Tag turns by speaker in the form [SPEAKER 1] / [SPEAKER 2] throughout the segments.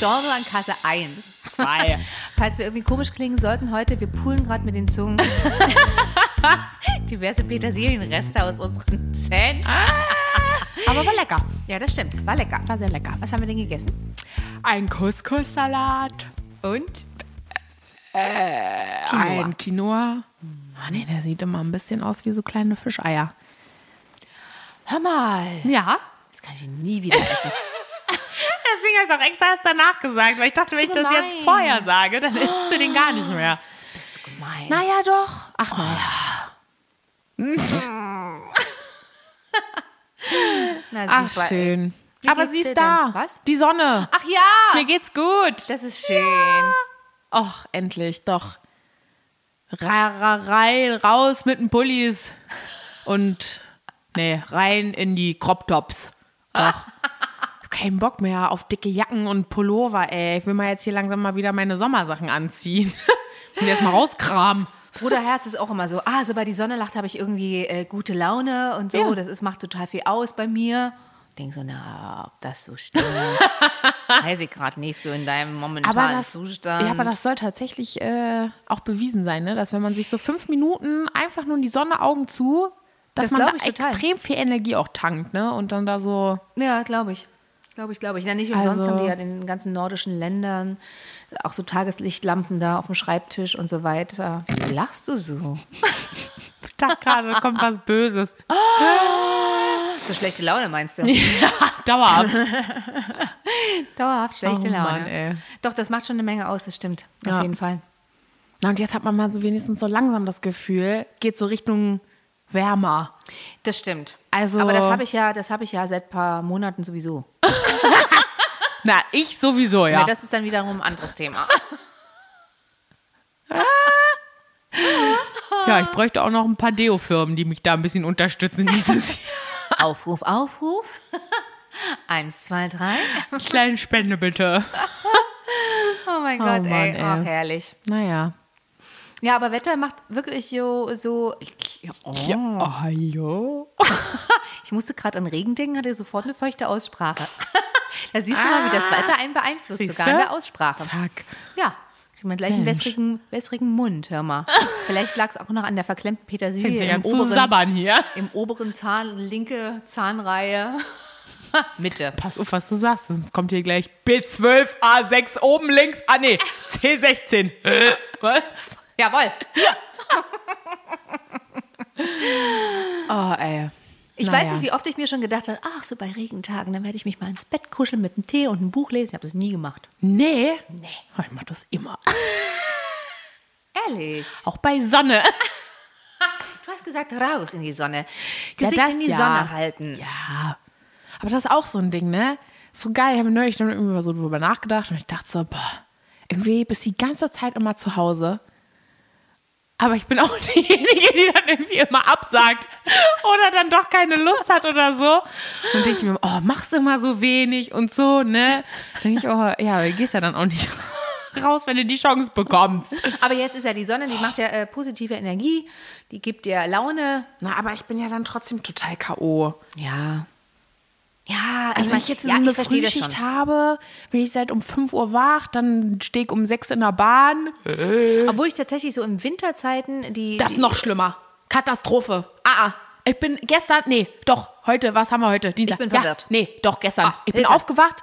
[SPEAKER 1] Genre an Kasse 1.
[SPEAKER 2] Zwei.
[SPEAKER 1] Falls wir irgendwie komisch klingen sollten heute, wir pulen gerade mit den Zungen diverse Petersilienreste aus unseren Zähnen.
[SPEAKER 2] Aber war lecker.
[SPEAKER 1] Ja, das stimmt. War lecker.
[SPEAKER 2] War sehr lecker.
[SPEAKER 1] Was haben wir denn gegessen?
[SPEAKER 2] Ein Couscous-Salat.
[SPEAKER 1] Und?
[SPEAKER 2] Ein Quinoa. Ah nee, der sieht immer ein bisschen aus wie so kleine Fischeier.
[SPEAKER 1] Hör mal.
[SPEAKER 2] Ja.
[SPEAKER 1] Das kann ich nie wieder essen.
[SPEAKER 2] Deswegen habe ich es auch extra erst danach gesagt, weil ich dachte, wenn ich das jetzt
[SPEAKER 1] gemein.
[SPEAKER 2] vorher sage, dann isst du den gar nicht mehr.
[SPEAKER 1] Bist du gemein.
[SPEAKER 2] Naja, doch. Ach, naja.
[SPEAKER 1] Na,
[SPEAKER 2] Ach,
[SPEAKER 1] super. ey.
[SPEAKER 2] schön.
[SPEAKER 1] Wie
[SPEAKER 2] Aber
[SPEAKER 1] geht's
[SPEAKER 2] sie
[SPEAKER 1] dir
[SPEAKER 2] ist da.
[SPEAKER 1] denn? Was?
[SPEAKER 2] Die Sonne.
[SPEAKER 1] Ach ja.
[SPEAKER 2] Mir geht's gut.
[SPEAKER 1] Das ist schön.
[SPEAKER 2] Och, endlich, doch. Ra- ra- Rein, raus mit den Pullis. Und, nee, rein in die Crop-Tops. Doch. Ich hab Keinen Bock mehr auf dicke Jacken und Pullover, ey. Ich will mal jetzt hier langsam mal wieder meine Sommersachen anziehen. Und erstmal rauskramen.
[SPEAKER 1] Bruderherz ist auch immer so, ah, so bei die Sonne lacht habe ich irgendwie äh, gute Laune und so,
[SPEAKER 2] Ja.
[SPEAKER 1] das ist, macht total viel aus bei mir. Denk so, na, ob das so stimmt. Weiß ich gerade nicht so in deinem momentanen
[SPEAKER 2] Aber das,
[SPEAKER 1] Zustand.
[SPEAKER 2] ja, aber das soll tatsächlich äh, auch bewiesen sein, ne? dass wenn man sich so fünf Minuten einfach nur in die Sonne Augen zu, dass
[SPEAKER 1] Das
[SPEAKER 2] man da
[SPEAKER 1] glaub ich total.
[SPEAKER 2] extrem viel Energie auch tankt, ne? Und dann da so.
[SPEAKER 1] Ja, glaube ich. Glaube ich, glaube ich. Na, nicht umsonst
[SPEAKER 2] Also-
[SPEAKER 1] haben die ja in den ganzen nordischen Ländern auch so Tageslichtlampen da auf dem Schreibtisch und so weiter. Wie lachst du so?
[SPEAKER 2] Ich dachte gerade, da kommt was Böses.
[SPEAKER 1] So schlechte Laune meinst du?
[SPEAKER 2] Ja, dauerhaft.
[SPEAKER 1] Dauerhaft schlechte
[SPEAKER 2] Oh
[SPEAKER 1] Laune.
[SPEAKER 2] Mann, ey.
[SPEAKER 1] Doch, das macht schon eine Menge aus, das stimmt.
[SPEAKER 2] Ja.
[SPEAKER 1] Auf jeden Fall.
[SPEAKER 2] Na, und jetzt hat man mal so wenigstens so langsam das Gefühl, geht so Richtung wärmer.
[SPEAKER 1] Das stimmt.
[SPEAKER 2] Also-
[SPEAKER 1] Aber das habe ich ja, das habe ich ja seit ein paar Monaten sowieso.
[SPEAKER 2] Na, ich sowieso, ja.
[SPEAKER 1] Na, Ne, das ist dann wiederum ein anderes Thema.
[SPEAKER 2] ja, ich bräuchte auch noch ein paar Deo-Firmen, die mich da ein bisschen unterstützen dieses Jahr.
[SPEAKER 1] Aufruf, Aufruf. Eins, zwei, drei.
[SPEAKER 2] Kleine Spende bitte.
[SPEAKER 1] Oh mein
[SPEAKER 2] Oh
[SPEAKER 1] Gott,
[SPEAKER 2] Mann,
[SPEAKER 1] ey.
[SPEAKER 2] ey.
[SPEAKER 1] Ach, herrlich.
[SPEAKER 2] Naja.
[SPEAKER 1] Ja, aber Wetter macht wirklich jo, so.
[SPEAKER 2] Ja, oh, hallo.
[SPEAKER 1] Ich musste gerade an Regen denken, hatte sofort eine feuchte Aussprache. da siehst du mal, wie das
[SPEAKER 2] Ah.
[SPEAKER 1] Wetter einen beeinflusst,
[SPEAKER 2] Siehste?
[SPEAKER 1] sogar in der Aussprache.
[SPEAKER 2] Zack.
[SPEAKER 1] Ja, kriegt man gleich einen
[SPEAKER 2] Mensch.
[SPEAKER 1] wässrigen, wässrigen Mund, hör mal. Vielleicht lag es auch noch an der verklemmten
[SPEAKER 2] Fängt
[SPEAKER 1] Petersilie
[SPEAKER 2] sich
[SPEAKER 1] im
[SPEAKER 2] an zu
[SPEAKER 1] oberen,
[SPEAKER 2] sabbern hier.
[SPEAKER 1] im oberen Zahn, linke Zahnreihe. Mitte.
[SPEAKER 2] Pass auf, was du sagst, sonst kommt hier gleich B12, A6 oben links. Ah, nee, C16. Äh, was?
[SPEAKER 1] Jawohl. Hier.
[SPEAKER 2] Oh, ey.
[SPEAKER 1] Ich weiß nicht, wie oft ich mir schon gedacht habe, ach, so bei Regentagen, dann werde ich mich mal ins Bett kuscheln mit einem Tee und einem Buch lesen. Ich habe das nie gemacht.
[SPEAKER 2] Nee.
[SPEAKER 1] Nee.
[SPEAKER 2] Oh, ich mach das immer.
[SPEAKER 1] Ehrlich.
[SPEAKER 2] Auch bei Sonne.
[SPEAKER 1] Du hast gesagt, raus in die Sonne.
[SPEAKER 2] Ja,
[SPEAKER 1] Gesicht
[SPEAKER 2] das
[SPEAKER 1] in die
[SPEAKER 2] ja.
[SPEAKER 1] Sonne halten.
[SPEAKER 2] Ja. Aber das ist auch so ein Ding, ne? Ist so geil. Ich habe neulich dann irgendwie mal so drüber nachgedacht und ich dachte so, boah, irgendwie bist du die ganze Zeit immer zu Hause. Aber ich bin auch diejenige, die dann irgendwie immer absagt oder dann doch keine Lust hat oder so. Und denke ich mir, oh, machst du immer so wenig und so, ne? Dann denke ich, oh, ja, aber du gehst ja dann auch nicht raus, wenn du die Chance bekommst.
[SPEAKER 1] Aber jetzt ist ja die Sonne, die macht ja äh, positive Energie, die gibt dir Laune.
[SPEAKER 2] Na, aber ich bin ja dann trotzdem total K.O.
[SPEAKER 1] Ja. Ja,
[SPEAKER 2] Also wenn
[SPEAKER 1] mein,
[SPEAKER 2] ich jetzt
[SPEAKER 1] ja,
[SPEAKER 2] so eine
[SPEAKER 1] ich verstehe das schon.
[SPEAKER 2] Frühschicht habe, bin ich seit um 5 Uhr wach, dann stehe ich um 6 in der Bahn.
[SPEAKER 1] Obwohl ich tatsächlich so im Winterzeiten die.
[SPEAKER 2] Das ist noch schlimmer. Katastrophe. Ah, ah. Ich bin gestern, nee, doch, heute, was haben wir heute? Dienstag.
[SPEAKER 1] bin verwirrt.
[SPEAKER 2] Ja, nee, doch, gestern.
[SPEAKER 1] Ah,
[SPEAKER 2] ich bin
[SPEAKER 1] Hilfe.
[SPEAKER 2] aufgewacht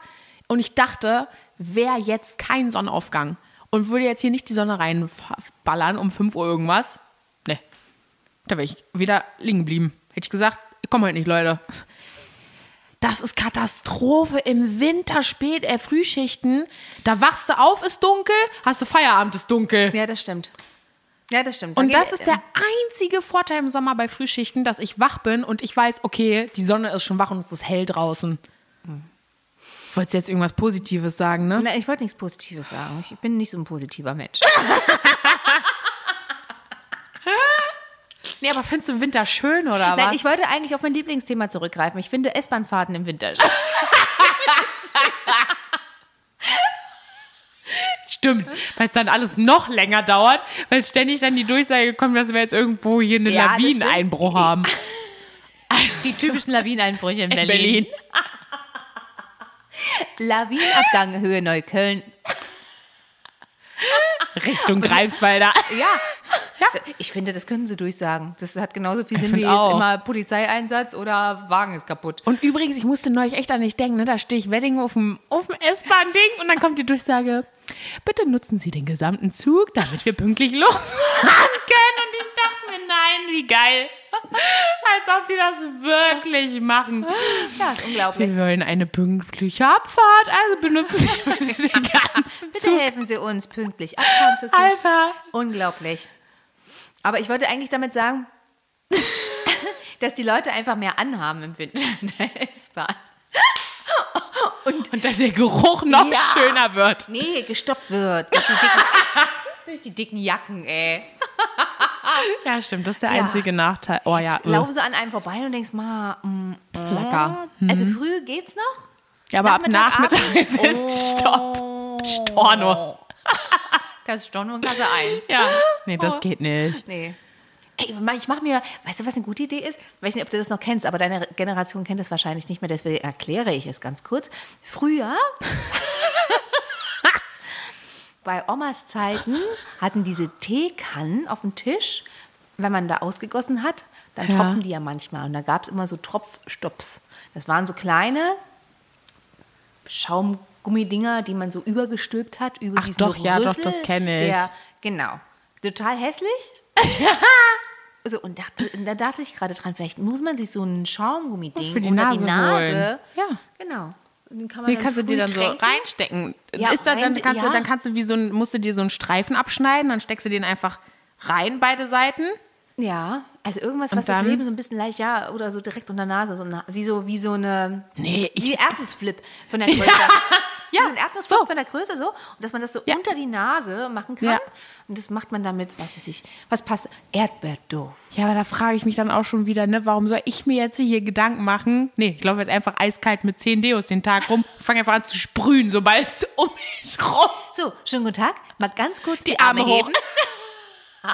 [SPEAKER 2] und ich dachte, wäre jetzt kein Sonnenaufgang und würde jetzt hier nicht die Sonne reinballern um 5 Uhr irgendwas. Nee. Da wäre ich wieder liegen geblieben. Hätte ich gesagt, ich komme heute nicht, Leute. Das ist Katastrophe im Winter spät, äh, Frühschichten. Da wachst du auf, ist dunkel, hast du Feierabend, ist dunkel.
[SPEAKER 1] ja, das stimmt. Ja, das stimmt. Da
[SPEAKER 2] Und
[SPEAKER 1] geht-
[SPEAKER 2] das ist der einzige Vorteil im Sommer bei Frühschichten, dass ich wach bin und ich weiß, okay, die Sonne ist schon wach und es ist hell draußen.
[SPEAKER 1] Hm.
[SPEAKER 2] Wolltest du jetzt irgendwas Positives sagen, ne?
[SPEAKER 1] Na, ich wollte nichts Positives sagen. Ich bin nicht so ein positiver Mensch.
[SPEAKER 2] Nee, aber findest du Winter schön oder
[SPEAKER 1] Nein,
[SPEAKER 2] was?
[SPEAKER 1] ich wollte eigentlich auf mein Lieblingsthema zurückgreifen. Ich finde S-Bahn-Fahrten im Winter.
[SPEAKER 2] Stimmt, weil es dann alles noch länger dauert, weil ständig dann die Durchsage kommt, dass wir jetzt irgendwo hier einen
[SPEAKER 1] Ja, das stimmt.
[SPEAKER 2] Lawineneinbruch haben. Also
[SPEAKER 1] Die typischen Lawineneinbrüche in Berlin.
[SPEAKER 2] Berlin.
[SPEAKER 1] Lawinenabgang Höhe Neukölln.
[SPEAKER 2] Richtung Greifswalder.
[SPEAKER 1] Ja. Ich finde, das können sie durchsagen. Das hat genauso viel Sinn
[SPEAKER 2] find
[SPEAKER 1] wie
[SPEAKER 2] auch.
[SPEAKER 1] jetzt immer Polizeieinsatz oder Wagen ist kaputt.
[SPEAKER 2] Und übrigens, ich musste neulich echt an dich denken, ne? da stehe ich Wedding auf dem, auf dem S-Bahn-Ding und dann kommt die Durchsage, bitte nutzen Sie den gesamten Zug, damit wir pünktlich losfahren können. Und ich dachte mir, nein, wie geil. Als ob die das wirklich machen.
[SPEAKER 1] Ja, ist unglaublich.
[SPEAKER 2] Wir wollen eine pünktliche Abfahrt, also benutzen Sie bitte den ganzen
[SPEAKER 1] Bitte helfen Sie uns, pünktlich abfahren zu können.
[SPEAKER 2] Alter.
[SPEAKER 1] Unglaublich. Aber ich wollte eigentlich damit sagen, dass die Leute einfach mehr anhaben im Winter in der S-Bahn.
[SPEAKER 2] Und dann der Geruch noch
[SPEAKER 1] Ja.
[SPEAKER 2] schöner wird.
[SPEAKER 1] Nee, gestoppt wird. Durch die dicken, durch die dicken Jacken, ey.
[SPEAKER 2] Ja, stimmt, das ist der
[SPEAKER 1] Ja.
[SPEAKER 2] einzige Nachteil. Oh ja,
[SPEAKER 1] Jetzt laufen sie an einem vorbei und denkst, ma, mm,
[SPEAKER 2] lecker.
[SPEAKER 1] also früh geht's noch?
[SPEAKER 2] Ja, aber ab
[SPEAKER 1] Nachmittag,
[SPEAKER 2] Nachmittag ist
[SPEAKER 1] abends.
[SPEAKER 2] es Stopp.
[SPEAKER 1] Oh.
[SPEAKER 2] Storno.
[SPEAKER 1] Das ist Storno Klasse 1.
[SPEAKER 2] Ja. Oh. Nee, das geht nicht.
[SPEAKER 1] Nee. Ey, Mann, ich mache mir, weißt du, was eine gute Idee ist? Weiß nicht, ob du das noch kennst, aber deine Generation kennt das wahrscheinlich nicht mehr, deswegen erkläre ich es ganz kurz. Früher, bei Omas Zeiten, hatten diese Teekannen auf dem Tisch, wenn man da ausgegossen hat, dann
[SPEAKER 2] Ja.
[SPEAKER 1] tropfen die ja manchmal. Und da gab es immer so Tropfstops. Das waren so kleine Schaumgummidinger, die man so übergestülpt hat, über
[SPEAKER 2] Ach
[SPEAKER 1] diesen
[SPEAKER 2] doch, ja, doch,
[SPEAKER 1] Rüssel,
[SPEAKER 2] das kenn ich.
[SPEAKER 1] Der, genau. Total hässlich. so, und, dachte, und da dachte ich gerade dran, vielleicht muss man sich so ein Schaumgummiding
[SPEAKER 2] Für die
[SPEAKER 1] unter
[SPEAKER 2] Nase
[SPEAKER 1] die Nase.
[SPEAKER 2] holen. Ja.
[SPEAKER 1] Genau. Und Den kann man
[SPEAKER 2] Nee,
[SPEAKER 1] dann
[SPEAKER 2] kannst du
[SPEAKER 1] früh
[SPEAKER 2] dir dann
[SPEAKER 1] tränken.
[SPEAKER 2] so reinstecken.
[SPEAKER 1] Ja,
[SPEAKER 2] ist da, dann,
[SPEAKER 1] rein-
[SPEAKER 2] kannst du,
[SPEAKER 1] ja.
[SPEAKER 2] dann kannst du wie so ein, musst du dir so einen Streifen abschneiden, dann steckst du den einfach rein, beide Seiten.
[SPEAKER 1] Ja, also irgendwas, was
[SPEAKER 2] dann?
[SPEAKER 1] das Leben so ein bisschen leicht, ja, oder so direkt unter der Nase, so na- wie, so, wie so eine.
[SPEAKER 2] Nee, ich-
[SPEAKER 1] Wie Erdnussflip von der Größe. Wie so ein Erdnussflip von der Größe, so. Und dass man das so
[SPEAKER 2] Ja.
[SPEAKER 1] unter die Nase machen kann.
[SPEAKER 2] Ja.
[SPEAKER 1] Und das macht man damit, was weiß ich, was passt? Erdbeerdoof.
[SPEAKER 2] Ja, aber da frage ich mich dann auch schon wieder, ne, warum soll ich mir jetzt hier Gedanken machen? Nee, ich laufe jetzt einfach eiskalt mit 10 Deos den Tag rum, fange einfach an zu sprühen, sobald es um mich rum
[SPEAKER 1] So, schönen guten Tag. Mal ganz kurz die,
[SPEAKER 2] die Arme
[SPEAKER 1] heben
[SPEAKER 2] hoch.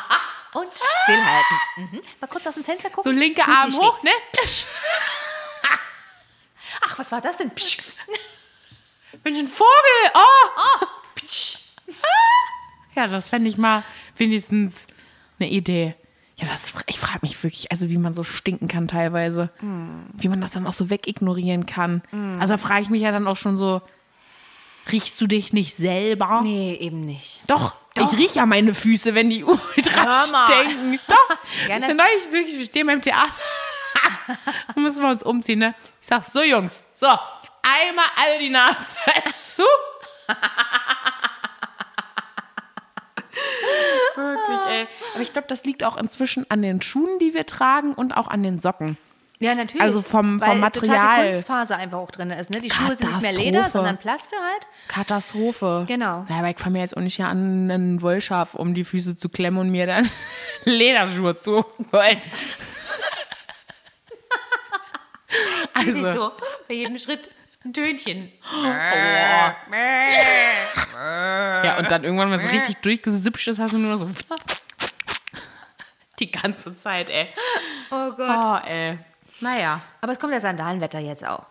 [SPEAKER 1] und stillhalten. Mhm. Mal kurz aus dem Fenster gucken.
[SPEAKER 2] So linke
[SPEAKER 1] Tut
[SPEAKER 2] Arm
[SPEAKER 1] nicht
[SPEAKER 2] hoch, ne?
[SPEAKER 1] weh. Ach, was war das denn? Psch,
[SPEAKER 2] Bin ich ein Vogel? Oh! Ja, das fände ich mal wenigstens eine Idee. Ja, das, ich frage mich wirklich, also wie man so stinken kann teilweise. Wie man das dann auch so wegignorieren kann. Also da frage ich mich ja dann auch schon so, riechst du dich nicht selber?
[SPEAKER 1] Nee, eben nicht.
[SPEAKER 2] Doch,
[SPEAKER 1] Doch.
[SPEAKER 2] ich rieche ja meine Füße, wenn die ultra
[SPEAKER 1] Hör mal.
[SPEAKER 2] stinken. Doch.
[SPEAKER 1] Gerne.
[SPEAKER 2] Dann dachte ich wirklich, wir stehen beim Theater. Dann müssen wir uns umziehen, ne? Ich sag, so Jungs, so, einmal alle die Nase zu. wirklich, ey. Aber ich glaube, das liegt auch inzwischen an den Schuhen, die wir tragen und auch an den Socken.
[SPEAKER 1] Ja, natürlich.
[SPEAKER 2] Also vom- vom
[SPEAKER 1] Weil total
[SPEAKER 2] Material.
[SPEAKER 1] viel Kunstfaser einfach auch drin ist. Ne? Die Schuhe sind nicht mehr Leder,
[SPEAKER 2] Katastrophe.
[SPEAKER 1] sondern Plaste halt.
[SPEAKER 2] Katastrophe.
[SPEAKER 1] Genau.
[SPEAKER 2] Na, aber ich fange mir jetzt auch nicht hier an, einen Wollschaf um die Füße zu klemmen und mir dann Lederschuhe zu holen.
[SPEAKER 1] Also. Nicht
[SPEAKER 2] Also.
[SPEAKER 1] so bei jedem Schritt ein Tönchen.
[SPEAKER 2] Ja, und dann irgendwann, wenn es richtig durchgesipscht ist, hast du nur so. Die ganze Zeit, ey.
[SPEAKER 1] Oh Gott.
[SPEAKER 2] Oh, ey. Naja.
[SPEAKER 1] Aber es kommt ja Sandalenwetter jetzt auch.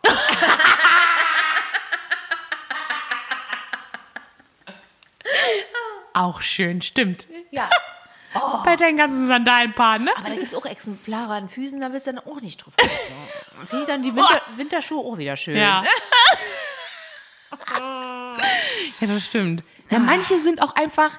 [SPEAKER 2] Auch schön, stimmt.
[SPEAKER 1] Ja.
[SPEAKER 2] Bei deinen ganzen Sandalenpaaren, ne?
[SPEAKER 1] Aber da gibt es auch Exemplare an Füßen, da bist du dann auch nicht drauf. gekommen. Finde ich dann die Winter Winterschuhe auch wieder schön.
[SPEAKER 2] Ja. ja, das stimmt. Ja, manche sind auch einfach,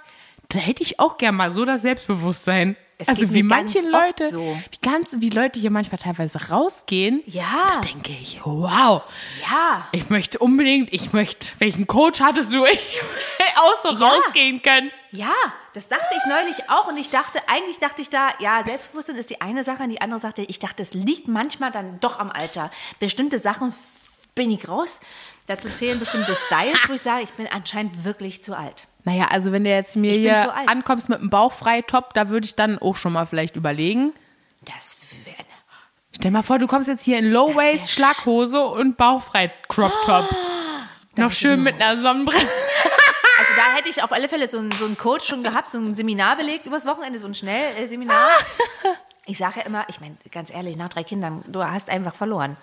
[SPEAKER 2] da hätte ich auch gern mal so das Selbstbewusstsein.
[SPEAKER 1] Es
[SPEAKER 2] also
[SPEAKER 1] geht
[SPEAKER 2] wie
[SPEAKER 1] mir ganz
[SPEAKER 2] manche
[SPEAKER 1] oft
[SPEAKER 2] Leute,
[SPEAKER 1] so.
[SPEAKER 2] wie ganz, wie Leute hier manchmal teilweise rausgehen,
[SPEAKER 1] Ja.
[SPEAKER 2] denke ich, wow,
[SPEAKER 1] Ja.
[SPEAKER 2] ich möchte unbedingt, ich möchte, welchen Coach hattest du, ich will auch so rausgehen können.
[SPEAKER 1] Ja, das dachte ich neulich auch und ich dachte, eigentlich dachte ich da, ja, Selbstbewusstsein ist die eine Sache und die andere Sache, ich dachte, es liegt manchmal dann doch am Alter. Bestimmte Sachen f- bin ich raus. Dazu zählen bestimmte Styles, wo ich sage, ich bin anscheinend wirklich zu alt.
[SPEAKER 2] Naja, also wenn du jetzt mir
[SPEAKER 1] bin
[SPEAKER 2] hier
[SPEAKER 1] zu alt.
[SPEAKER 2] ankommst mit einem Bauchfreitop, da würde ich dann auch schon mal vielleicht überlegen.
[SPEAKER 1] Das wäre.
[SPEAKER 2] Stell mal vor, du kommst jetzt hier in
[SPEAKER 1] wär-
[SPEAKER 2] Low-Waist, Schlaghose und bauchfrei Crop Top.
[SPEAKER 1] Ah,
[SPEAKER 2] Noch schön mit einer Sonnenbrille.
[SPEAKER 1] Also da hätte ich auf alle Fälle so einen, so einen Coach schon gehabt, so ein Seminar belegt übers Wochenende, so ein äh, Schnellseminar. Ich sage ja immer, ich meine, ganz ehrlich, nach drei Kindern, du hast einfach verloren.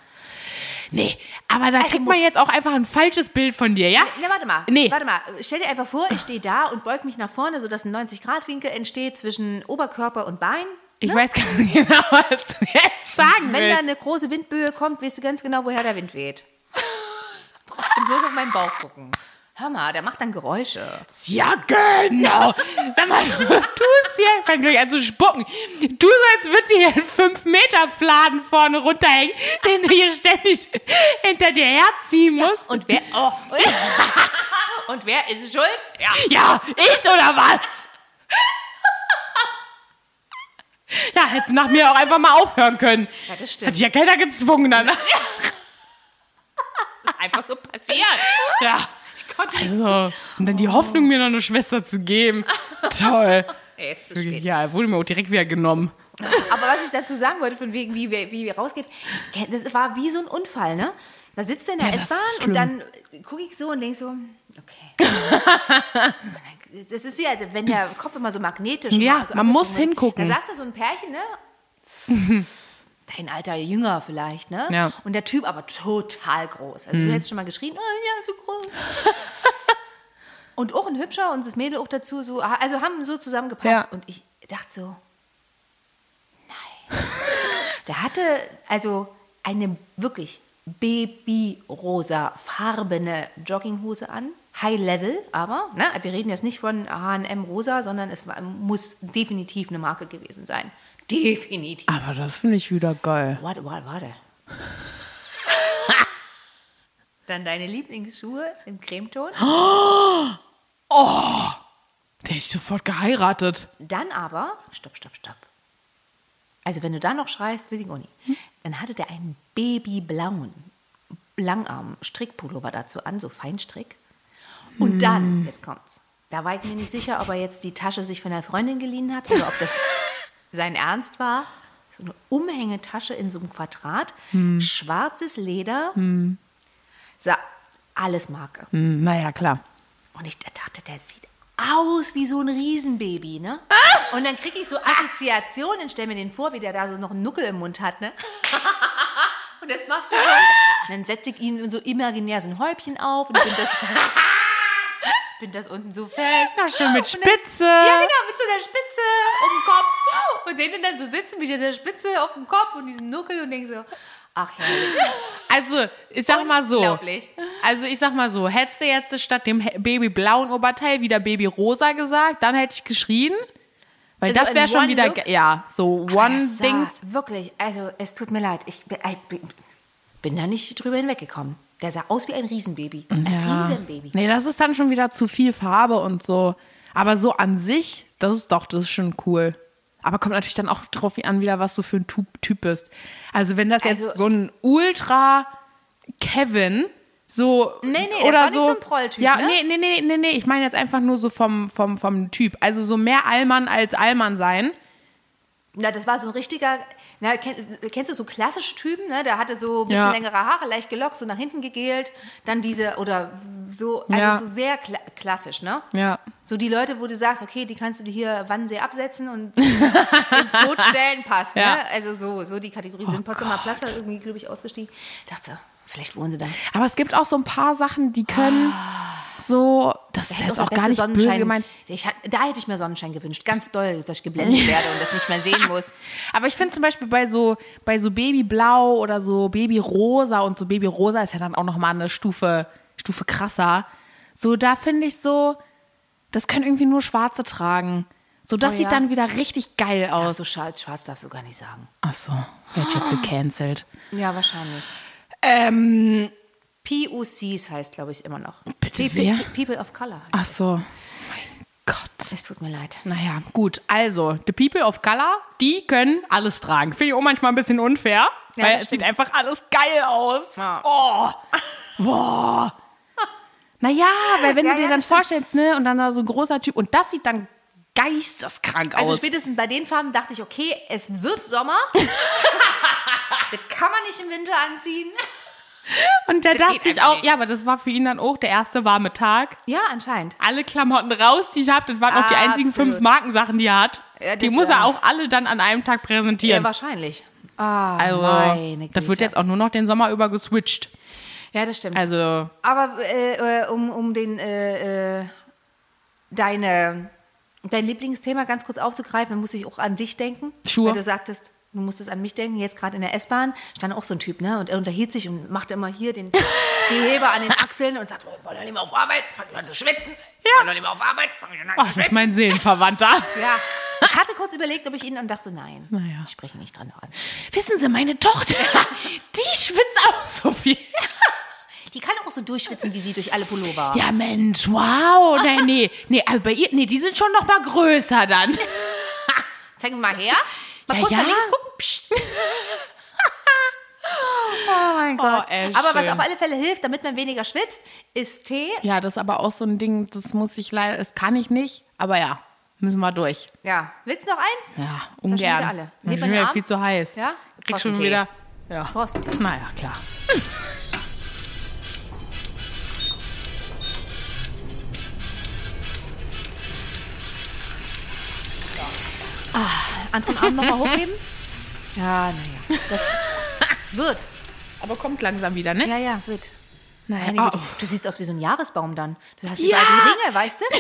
[SPEAKER 2] Nee, aber da
[SPEAKER 1] Also
[SPEAKER 2] kriegt man
[SPEAKER 1] Mut-
[SPEAKER 2] jetzt auch einfach ein falsches Bild von dir, ja?
[SPEAKER 1] Na, Ne, warte mal.
[SPEAKER 2] Nee.
[SPEAKER 1] Warte mal. Stell dir einfach vor, ich stehe da und beug mich nach vorne, sodass ein 90-Grad-Winkel entsteht zwischen Oberkörper und Bein.
[SPEAKER 2] Ich weiß gar nicht genau, was du jetzt sagen
[SPEAKER 1] ne? Wenn da
[SPEAKER 2] willst.
[SPEAKER 1] eine große Windböe kommt, weißt du ganz genau, woher der Wind weht. Brauchst du bloß auf meinen Bauch gucken. Hör mal, der macht dann Geräusche.
[SPEAKER 2] Ja, genau. Sag mal, du tust hier, fang gleich an zu spucken. Du so, als würde sie hier einen 5-Meter-Fladen vorne runterhängen, den du hier ständig hinter dir herziehen musst.
[SPEAKER 1] Und wer. Oh. und wer ist schuld? Ja.
[SPEAKER 2] Ja, ich oder was? Ja, hättest du nach mir auch einfach mal aufhören können.
[SPEAKER 1] Ja, das
[SPEAKER 2] Hat
[SPEAKER 1] stimmt.
[SPEAKER 2] dich ja keiner gezwungen dann.
[SPEAKER 1] Das ist einfach so passiert. Also,
[SPEAKER 2] Ja.
[SPEAKER 1] Ich konnte nicht.
[SPEAKER 2] So. Und dann die Hoffnung, mir noch eine Schwester zu geben. Toll.
[SPEAKER 1] Ey, jetzt ist zu spät.
[SPEAKER 2] Ja, wurde mir auch direkt wieder genommen.
[SPEAKER 1] Aber was ich dazu sagen wollte, von wegen, wie wir, wie wir rausgeht, das war wie so ein Unfall, ne? Da sitzt er in der
[SPEAKER 2] Ja, das ist
[SPEAKER 1] S-Bahn
[SPEAKER 2] schlimm.
[SPEAKER 1] und dann äh, gucke ich so und denke so, okay. das ist wie, als wenn der Kopf immer so magnetisch
[SPEAKER 2] Ja,
[SPEAKER 1] so
[SPEAKER 2] man muss
[SPEAKER 1] abgezogen wird.
[SPEAKER 2] hingucken.
[SPEAKER 1] Da saß da so ein Pärchen, ne? Dein alter Jünger vielleicht, ne?
[SPEAKER 2] Ja. Mhm.
[SPEAKER 1] Und der Typ aber total groß. Also du hättest schon mal geschrien, oh ja, so groß. und auch ein hübscher und das Mädel auch dazu so, also haben so zusammengepasst.
[SPEAKER 2] Ja.
[SPEAKER 1] Und ich dachte so, der hatte also eine wirklich babyrosa farbene Jogginghose an. High Level, aber ne, wir reden jetzt nicht von H&M rosa, sondern es war, muss definitiv eine Marke gewesen sein. Definitiv.
[SPEAKER 2] Aber das finde ich wieder geil.
[SPEAKER 1] Warte, warte, warte. Dann deine Lieblingsschuhe im Cremeton.
[SPEAKER 2] Der hätte ich sofort geheiratet.
[SPEAKER 1] Dann aber, stopp, stopp, stopp. Also wenn du da noch schreist, weiß ich auch nicht. Dann hatte der einen babyblauen Langarm-Strickpullover dazu an, so Feinstrick. Und dann, jetzt kommt's. Da war ich mir nicht sicher, ob er jetzt die Tasche sich von einer Freundin geliehen hat oder ob das sein Ernst war. So eine Umhängetasche in so einem Quadrat, schwarzes Leder. Sa alles Marke.
[SPEAKER 2] Hm, naja, klar.
[SPEAKER 1] Und ich dachte, der sieht aus wie so ein Riesenbaby, ne? Und dann kriege ich so Assoziationen, stell mir den vor, wie der da so noch einen Nuckel im Mund hat, ne? Und das macht so. Und dann setze ich ihm so imaginär so ein Häubchen auf und bin das, bin das unten so fest.
[SPEAKER 2] Na, schön mit
[SPEAKER 1] Und dann-
[SPEAKER 2] Spitze.
[SPEAKER 1] Ja, genau, mit so einer Spitze um den Kopf. Und sehe ihn dann so sitzen mit dieser Spitze auf dem Kopf und diesem Nuckel und denke so, ach herrlich.
[SPEAKER 2] Also, ich sag mal so.
[SPEAKER 1] Unglaublich.
[SPEAKER 2] Also, ich sag mal so. Hättest du jetzt statt dem he- babyblauen Oberteil wieder babyrosa gesagt, dann hätte ich geschrien. Weil
[SPEAKER 1] Also
[SPEAKER 2] das wäre
[SPEAKER 1] in
[SPEAKER 2] schon
[SPEAKER 1] one
[SPEAKER 2] wieder,
[SPEAKER 1] look?
[SPEAKER 2] ge- ja, so
[SPEAKER 1] Das sah
[SPEAKER 2] One-Dings.
[SPEAKER 1] Wirklich, also es tut mir leid. Ich, bin- ich bin- bin da nicht drüber hinweggekommen. Der sah aus wie ein Riesenbaby. Ein Riesenbaby.
[SPEAKER 2] Nee, das ist dann schon wieder zu viel Farbe und so. Aber so an sich, das ist doch, das ist schon cool. Aber kommt natürlich dann auch drauf an, wieder, was du für ein Tu- Typ bist. Also, wenn das jetzt
[SPEAKER 1] Also-
[SPEAKER 2] so ein Ultra Kevin, so.
[SPEAKER 1] Nee, nee, das
[SPEAKER 2] oder
[SPEAKER 1] war
[SPEAKER 2] so,
[SPEAKER 1] nicht so ein Prolltyp,
[SPEAKER 2] Ja,
[SPEAKER 1] ne?
[SPEAKER 2] nee, nee, nee, nee, nee. Ich meine jetzt einfach nur so vom, vom, vom Typ. Also, so mehr Allmann als Allmann sein.
[SPEAKER 1] Na, das war so ein richtiger, na, kenn, kennst du so klassische Typen, ne? Der hatte so ein bisschen
[SPEAKER 2] Ja.
[SPEAKER 1] längere Haare, leicht gelockt, so nach hinten gegelt, dann diese, oder so, also
[SPEAKER 2] Ja.
[SPEAKER 1] so sehr kla klassisch, ne?
[SPEAKER 2] Ja.
[SPEAKER 1] So die Leute, wo du sagst, okay, die kannst du dir hier Wannsee absetzen und ins Boot stellen, passt,
[SPEAKER 2] Ja. Oh
[SPEAKER 1] ne? Also so, so die Kategorie. sind Potsdamer Platz hat irgendwie, glaube ich, ausgestiegen. Dachte, vielleicht wohnen sie dann.
[SPEAKER 2] Aber es gibt auch so ein paar Sachen, die können so. Das ist
[SPEAKER 1] Hätte
[SPEAKER 2] jetzt
[SPEAKER 1] Ah. der
[SPEAKER 2] auch
[SPEAKER 1] beste
[SPEAKER 2] gar nicht böse
[SPEAKER 1] Sonnenschein-
[SPEAKER 2] gemeint.
[SPEAKER 1] Ich, hat- da hätte ich mir Sonnenschein gewünscht. Ganz doll, dass ich geblendet werde und das nicht mehr sehen muss.
[SPEAKER 2] Aber ich finde zum Beispiel bei so, bei so Babyblau oder so Babyrosa und so Babyrosa ist ja dann auch nochmal eine Stufe, Stufe krasser. So, da finde ich so, das können irgendwie nur Schwarze tragen. So, das
[SPEAKER 1] Oh
[SPEAKER 2] sieht
[SPEAKER 1] ja.
[SPEAKER 2] dann wieder richtig geil
[SPEAKER 1] Ach
[SPEAKER 2] aus. Ah.
[SPEAKER 1] so, schwarz, schwarz darfst du gar nicht sagen.
[SPEAKER 2] Ach so, werd ich jetzt gecancelt.
[SPEAKER 1] Ja, wahrscheinlich. Ähm, POCs heißt, glaube ich, immer noch.
[SPEAKER 2] Bitte
[SPEAKER 1] People,
[SPEAKER 2] wer?
[SPEAKER 1] People of Color.
[SPEAKER 2] Ach so. Mein Gott.
[SPEAKER 1] Es tut mir leid.
[SPEAKER 2] Naja, gut. Also, the people of color, die können alles tragen. Finde ich auch manchmal ein bisschen unfair,
[SPEAKER 1] Ja,
[SPEAKER 2] weil
[SPEAKER 1] das
[SPEAKER 2] es sieht
[SPEAKER 1] stimmt.
[SPEAKER 2] einfach alles geil aus.
[SPEAKER 1] Ja.
[SPEAKER 2] Oh. Boah. Naja, weil wenn
[SPEAKER 1] Ja,
[SPEAKER 2] du dir
[SPEAKER 1] ja,
[SPEAKER 2] dann
[SPEAKER 1] das stimmt.
[SPEAKER 2] vorstellst, ne, und dann da so ein großer Typ, und das sieht dann geisteskrank
[SPEAKER 1] Also
[SPEAKER 2] aus.
[SPEAKER 1] spätestens bei den Farben dachte ich, okay, es wird Sommer. das kann man nicht im Winter anziehen.
[SPEAKER 2] Und der
[SPEAKER 1] das
[SPEAKER 2] dachte
[SPEAKER 1] geht
[SPEAKER 2] sich
[SPEAKER 1] einfach
[SPEAKER 2] auch,
[SPEAKER 1] nicht.
[SPEAKER 2] ja, aber das war für ihn dann auch der erste warme Tag.
[SPEAKER 1] Ja, anscheinend.
[SPEAKER 2] Alle Klamotten raus, die ich habe, das waren auch die einzigen
[SPEAKER 1] Absolut.
[SPEAKER 2] fünf Markensachen, die er hat.
[SPEAKER 1] Ja,
[SPEAKER 2] die
[SPEAKER 1] das,
[SPEAKER 2] muss er
[SPEAKER 1] ähm,
[SPEAKER 2] auch alle dann an einem Tag
[SPEAKER 1] Ja,
[SPEAKER 2] präsentieren.
[SPEAKER 1] wahrscheinlich. Ah,
[SPEAKER 2] Äh, Also,
[SPEAKER 1] meine
[SPEAKER 2] das wird
[SPEAKER 1] Güte.
[SPEAKER 2] jetzt auch nur noch den Sommer über geswitcht.
[SPEAKER 1] Ja, das stimmt.
[SPEAKER 2] Also,
[SPEAKER 1] Aber äh, äh, um, um den, äh, äh, deine, dein Lieblingsthema ganz kurz aufzugreifen, muss ich auch an dich denken.
[SPEAKER 2] Schuhe.
[SPEAKER 1] Weil du sagtest, du musstest an mich denken. Jetzt gerade in der S-Bahn stand auch so ein Typ, ne? Und er unterhielt sich und machte immer hier den, die Hebe an den Achseln und sagt, oh, wollen wir nicht mehr auf Arbeit? Fang ich an zu schwitzen. Wollen wir nicht mehr auf Arbeit? Fang ich an
[SPEAKER 2] ach,
[SPEAKER 1] zu
[SPEAKER 2] das ist
[SPEAKER 1] schwitzen.
[SPEAKER 2] mein Seelenverwandter.
[SPEAKER 1] Ja. Ich hatte kurz überlegt, ob ich ihn und dachte so, nein,
[SPEAKER 2] Naja.
[SPEAKER 1] ich spreche nicht dran an.
[SPEAKER 2] Wissen Sie, meine Tochter, die schwitzt auch so viel.
[SPEAKER 1] Die kann auch so durchschwitzen wie sie durch alle Pullover.
[SPEAKER 2] Ja, Mensch, wow. Nee, nee, nee, also bei ihr, nee, die sind schon noch mal größer dann.
[SPEAKER 1] Zeig mir mal her. Mal
[SPEAKER 2] Ja,
[SPEAKER 1] kurz
[SPEAKER 2] ja.
[SPEAKER 1] nach links gucken. Psst. oh mein
[SPEAKER 2] Gott.
[SPEAKER 1] Aber was
[SPEAKER 2] schön.
[SPEAKER 1] auf alle Fälle hilft, damit man weniger schwitzt, ist Tee.
[SPEAKER 2] Ja, das ist aber auch so ein Ding, das muss ich leider, das kann ich nicht, aber ja, müssen wir durch.
[SPEAKER 1] Ja. Willst du noch einen?
[SPEAKER 2] Ja,
[SPEAKER 1] schon wieder
[SPEAKER 2] ungern.
[SPEAKER 1] alle.
[SPEAKER 2] Dann
[SPEAKER 1] Hebt
[SPEAKER 2] ist
[SPEAKER 1] man den
[SPEAKER 2] mir
[SPEAKER 1] Arm?
[SPEAKER 2] viel zu heiß.
[SPEAKER 1] Ja?
[SPEAKER 2] Krieg
[SPEAKER 1] Brauchst
[SPEAKER 2] schon
[SPEAKER 1] einen Tee.
[SPEAKER 2] wieder. Ja.
[SPEAKER 1] Brauchst einen Tee.
[SPEAKER 2] Naja, klar.
[SPEAKER 1] Anderen Arm nochmal hochheben? Ja, naja. Das wird.
[SPEAKER 2] Aber kommt langsam wieder, ne?
[SPEAKER 1] Ja, ja, wird.
[SPEAKER 2] Naja,
[SPEAKER 1] Meine Güte.
[SPEAKER 2] oh.
[SPEAKER 1] Du siehst aus wie so ein Jahresbaum dann. Du hast
[SPEAKER 2] Ja.
[SPEAKER 1] überall die Ringe, weißt du?
[SPEAKER 2] Und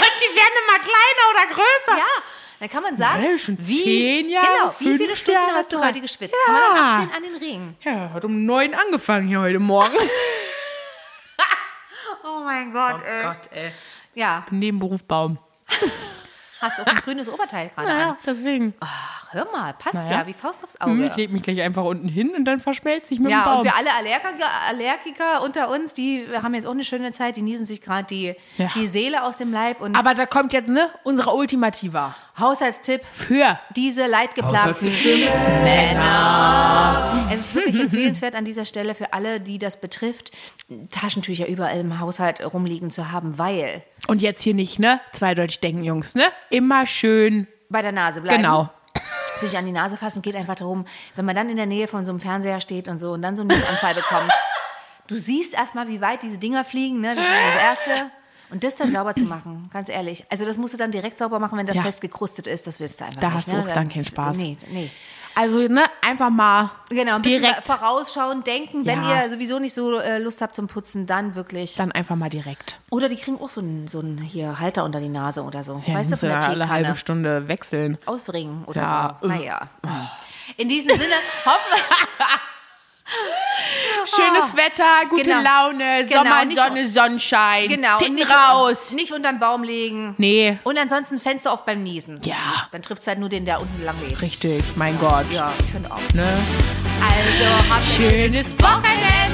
[SPEAKER 2] die werden immer kleiner oder größer.
[SPEAKER 1] Ja. Dann kann man sagen,
[SPEAKER 2] Ja, schon
[SPEAKER 1] wie,
[SPEAKER 2] zehn Jahre,
[SPEAKER 1] genau, wie viele
[SPEAKER 2] fünf
[SPEAKER 1] Stunden
[SPEAKER 2] Jahre
[SPEAKER 1] hast du
[SPEAKER 2] dran.
[SPEAKER 1] heute geschwitzt? Kann man dann
[SPEAKER 2] Ja.
[SPEAKER 1] abzählen an den Ringen.
[SPEAKER 2] Ja, hat um neun angefangen hier heute Morgen.
[SPEAKER 1] Oh mein Gott, ey.
[SPEAKER 2] ey.
[SPEAKER 1] Ja,
[SPEAKER 2] Nebenberuf Baum.
[SPEAKER 1] hast auch ein grünes Oberteil gerade an.
[SPEAKER 2] Naja, deswegen.
[SPEAKER 1] Ach, hör mal, passt
[SPEAKER 2] Naja.
[SPEAKER 1] ja wie Faust aufs
[SPEAKER 2] Hm,
[SPEAKER 1] Auge.
[SPEAKER 2] Ich lege mich gleich einfach unten hin und dann verschmelze ich mit dem
[SPEAKER 1] Ja,
[SPEAKER 2] Baum.
[SPEAKER 1] und wir alle Allergiker, Allergiker unter uns, die haben jetzt auch eine schöne Zeit, die niesen sich gerade die,
[SPEAKER 2] Ja.
[SPEAKER 1] die Seele aus dem Leib. Und
[SPEAKER 2] aber da kommt jetzt ne, unsere Ultimativa.
[SPEAKER 1] Haushaltstipp,
[SPEAKER 2] Für.
[SPEAKER 1] diese leidgeplagten Männer. Es ist wirklich empfehlenswert an dieser Stelle für alle, die das betrifft, Taschentücher überall im Haushalt rumliegen zu haben, weil
[SPEAKER 2] Und jetzt hier nicht, ne? Zweideutig denken, Jungs, ne? Immer schön.
[SPEAKER 1] bei der Nase bleiben.
[SPEAKER 2] Genau.
[SPEAKER 1] Sich an die Nase fassen geht einfach darum, wenn man dann in der Nähe von so einem Fernseher steht und so und dann so einen Anfall bekommt. Du siehst erstmal, wie weit diese Dinger fliegen, ne? Das ist das Erste. Und das dann sauber zu machen, ganz ehrlich. Also das musst du dann direkt sauber machen, wenn das
[SPEAKER 2] Ja.
[SPEAKER 1] fest gekrustet ist. Das willst du einfach
[SPEAKER 2] Da
[SPEAKER 1] nicht.
[SPEAKER 2] hast du
[SPEAKER 1] ne?
[SPEAKER 2] auch dann keinen Spaß.
[SPEAKER 1] Nee, nee.
[SPEAKER 2] Also, ne? Einfach mal
[SPEAKER 1] Genau, ein bisschen
[SPEAKER 2] direkt.
[SPEAKER 1] vorausschauen, denken, wenn
[SPEAKER 2] Ja.
[SPEAKER 1] ihr sowieso nicht so äh, Lust habt zum Putzen, dann wirklich.
[SPEAKER 2] Dann einfach mal direkt.
[SPEAKER 1] Oder die kriegen auch so einen, so einen hier Halter unter die Nase oder so.
[SPEAKER 2] Ja,
[SPEAKER 1] weißt du,
[SPEAKER 2] musst
[SPEAKER 1] von der
[SPEAKER 2] ja alle halbe
[SPEAKER 1] Teekanne.
[SPEAKER 2] Stunde wechseln.
[SPEAKER 1] Aufringen oder
[SPEAKER 2] Ja,
[SPEAKER 1] so.
[SPEAKER 2] äh.
[SPEAKER 1] Naja. In diesem Sinne hoffen wir...
[SPEAKER 2] Schönes Wetter, gute
[SPEAKER 1] Genau.
[SPEAKER 2] Laune,
[SPEAKER 1] Genau,
[SPEAKER 2] Sommer,
[SPEAKER 1] nicht-
[SPEAKER 2] Sonne, Sonnenschein.
[SPEAKER 1] Genau.
[SPEAKER 2] Titten
[SPEAKER 1] und nicht,
[SPEAKER 2] raus.
[SPEAKER 1] Nicht unterm Baum legen.
[SPEAKER 2] Nee.
[SPEAKER 1] Und ansonsten Fenster auf beim Niesen.
[SPEAKER 2] Ja.
[SPEAKER 1] Dann trifft es halt nur den, der unten lang lebt.
[SPEAKER 2] Richtig, mein Gott.
[SPEAKER 1] Ja, ich finde auch.
[SPEAKER 2] Ne?
[SPEAKER 1] Also, habt ein schönes
[SPEAKER 2] Schönes Wochenende.